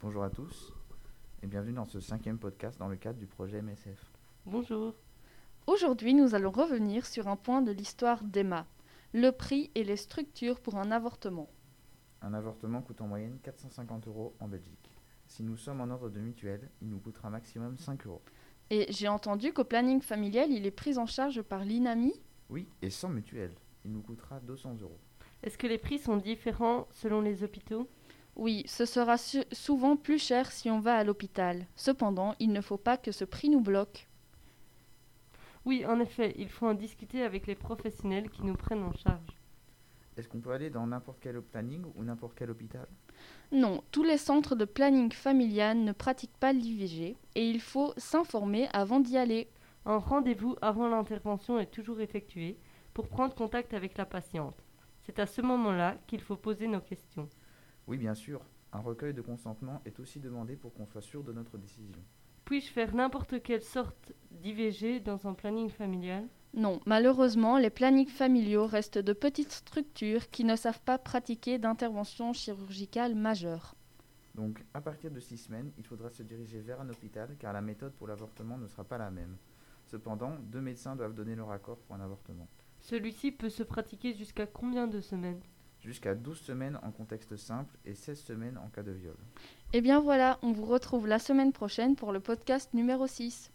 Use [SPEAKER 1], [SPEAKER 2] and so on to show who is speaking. [SPEAKER 1] Bonjour à tous et bienvenue dans ce cinquième podcast dans le cadre du projet MSF.
[SPEAKER 2] Bonjour.
[SPEAKER 3] Aujourd'hui, nous allons revenir sur un point de l'histoire d'Emma, le prix et les structures pour un avortement.
[SPEAKER 1] Un avortement coûte en moyenne 450 euros en Belgique. Si nous sommes en ordre de mutuelle, il nous coûtera maximum 5 euros.
[SPEAKER 3] Et j'ai entendu qu'au planning familial, il est pris en charge par l'INAMI.
[SPEAKER 1] Oui, et sans mutuelle, il nous coûtera 200 euros.
[SPEAKER 2] Est-ce que les prix sont différents selon les hôpitaux
[SPEAKER 3] Oui, ce sera su- souvent plus cher si on va à l'hôpital. Cependant, il ne faut pas que ce prix nous bloque.
[SPEAKER 2] Oui, en effet, il faut en discuter avec les professionnels qui nous prennent en charge.
[SPEAKER 1] Est-ce qu'on peut aller dans n'importe quel planning ou n'importe quel hôpital
[SPEAKER 3] Non, tous les centres de planning familial ne pratiquent pas l'IVG et il faut s'informer avant d'y aller.
[SPEAKER 2] Un rendez-vous avant l'intervention est toujours effectué pour prendre contact avec la patiente. C'est à ce moment-là qu'il faut poser nos questions.
[SPEAKER 1] Oui, bien sûr. Un recueil de consentement est aussi demandé pour qu'on soit sûr de notre décision.
[SPEAKER 2] Puis-je faire n'importe quelle sorte d'IVG dans un planning familial
[SPEAKER 3] Non, malheureusement, les plannings familiaux restent de petites structures qui ne savent pas pratiquer d'intervention chirurgicale majeure.
[SPEAKER 1] Donc, à partir de 6 semaines, il faudra se diriger vers un hôpital car la méthode pour l'avortement ne sera pas la même. Cependant, deux médecins doivent donner leur accord pour un avortement.
[SPEAKER 2] Celui-ci peut se pratiquer jusqu'à combien de semaines
[SPEAKER 1] Jusqu'à 12 semaines en contexte simple et 16 semaines en cas de viol.
[SPEAKER 3] Eh Et bien voilà, on vous retrouve la semaine prochaine pour le podcast numéro 6.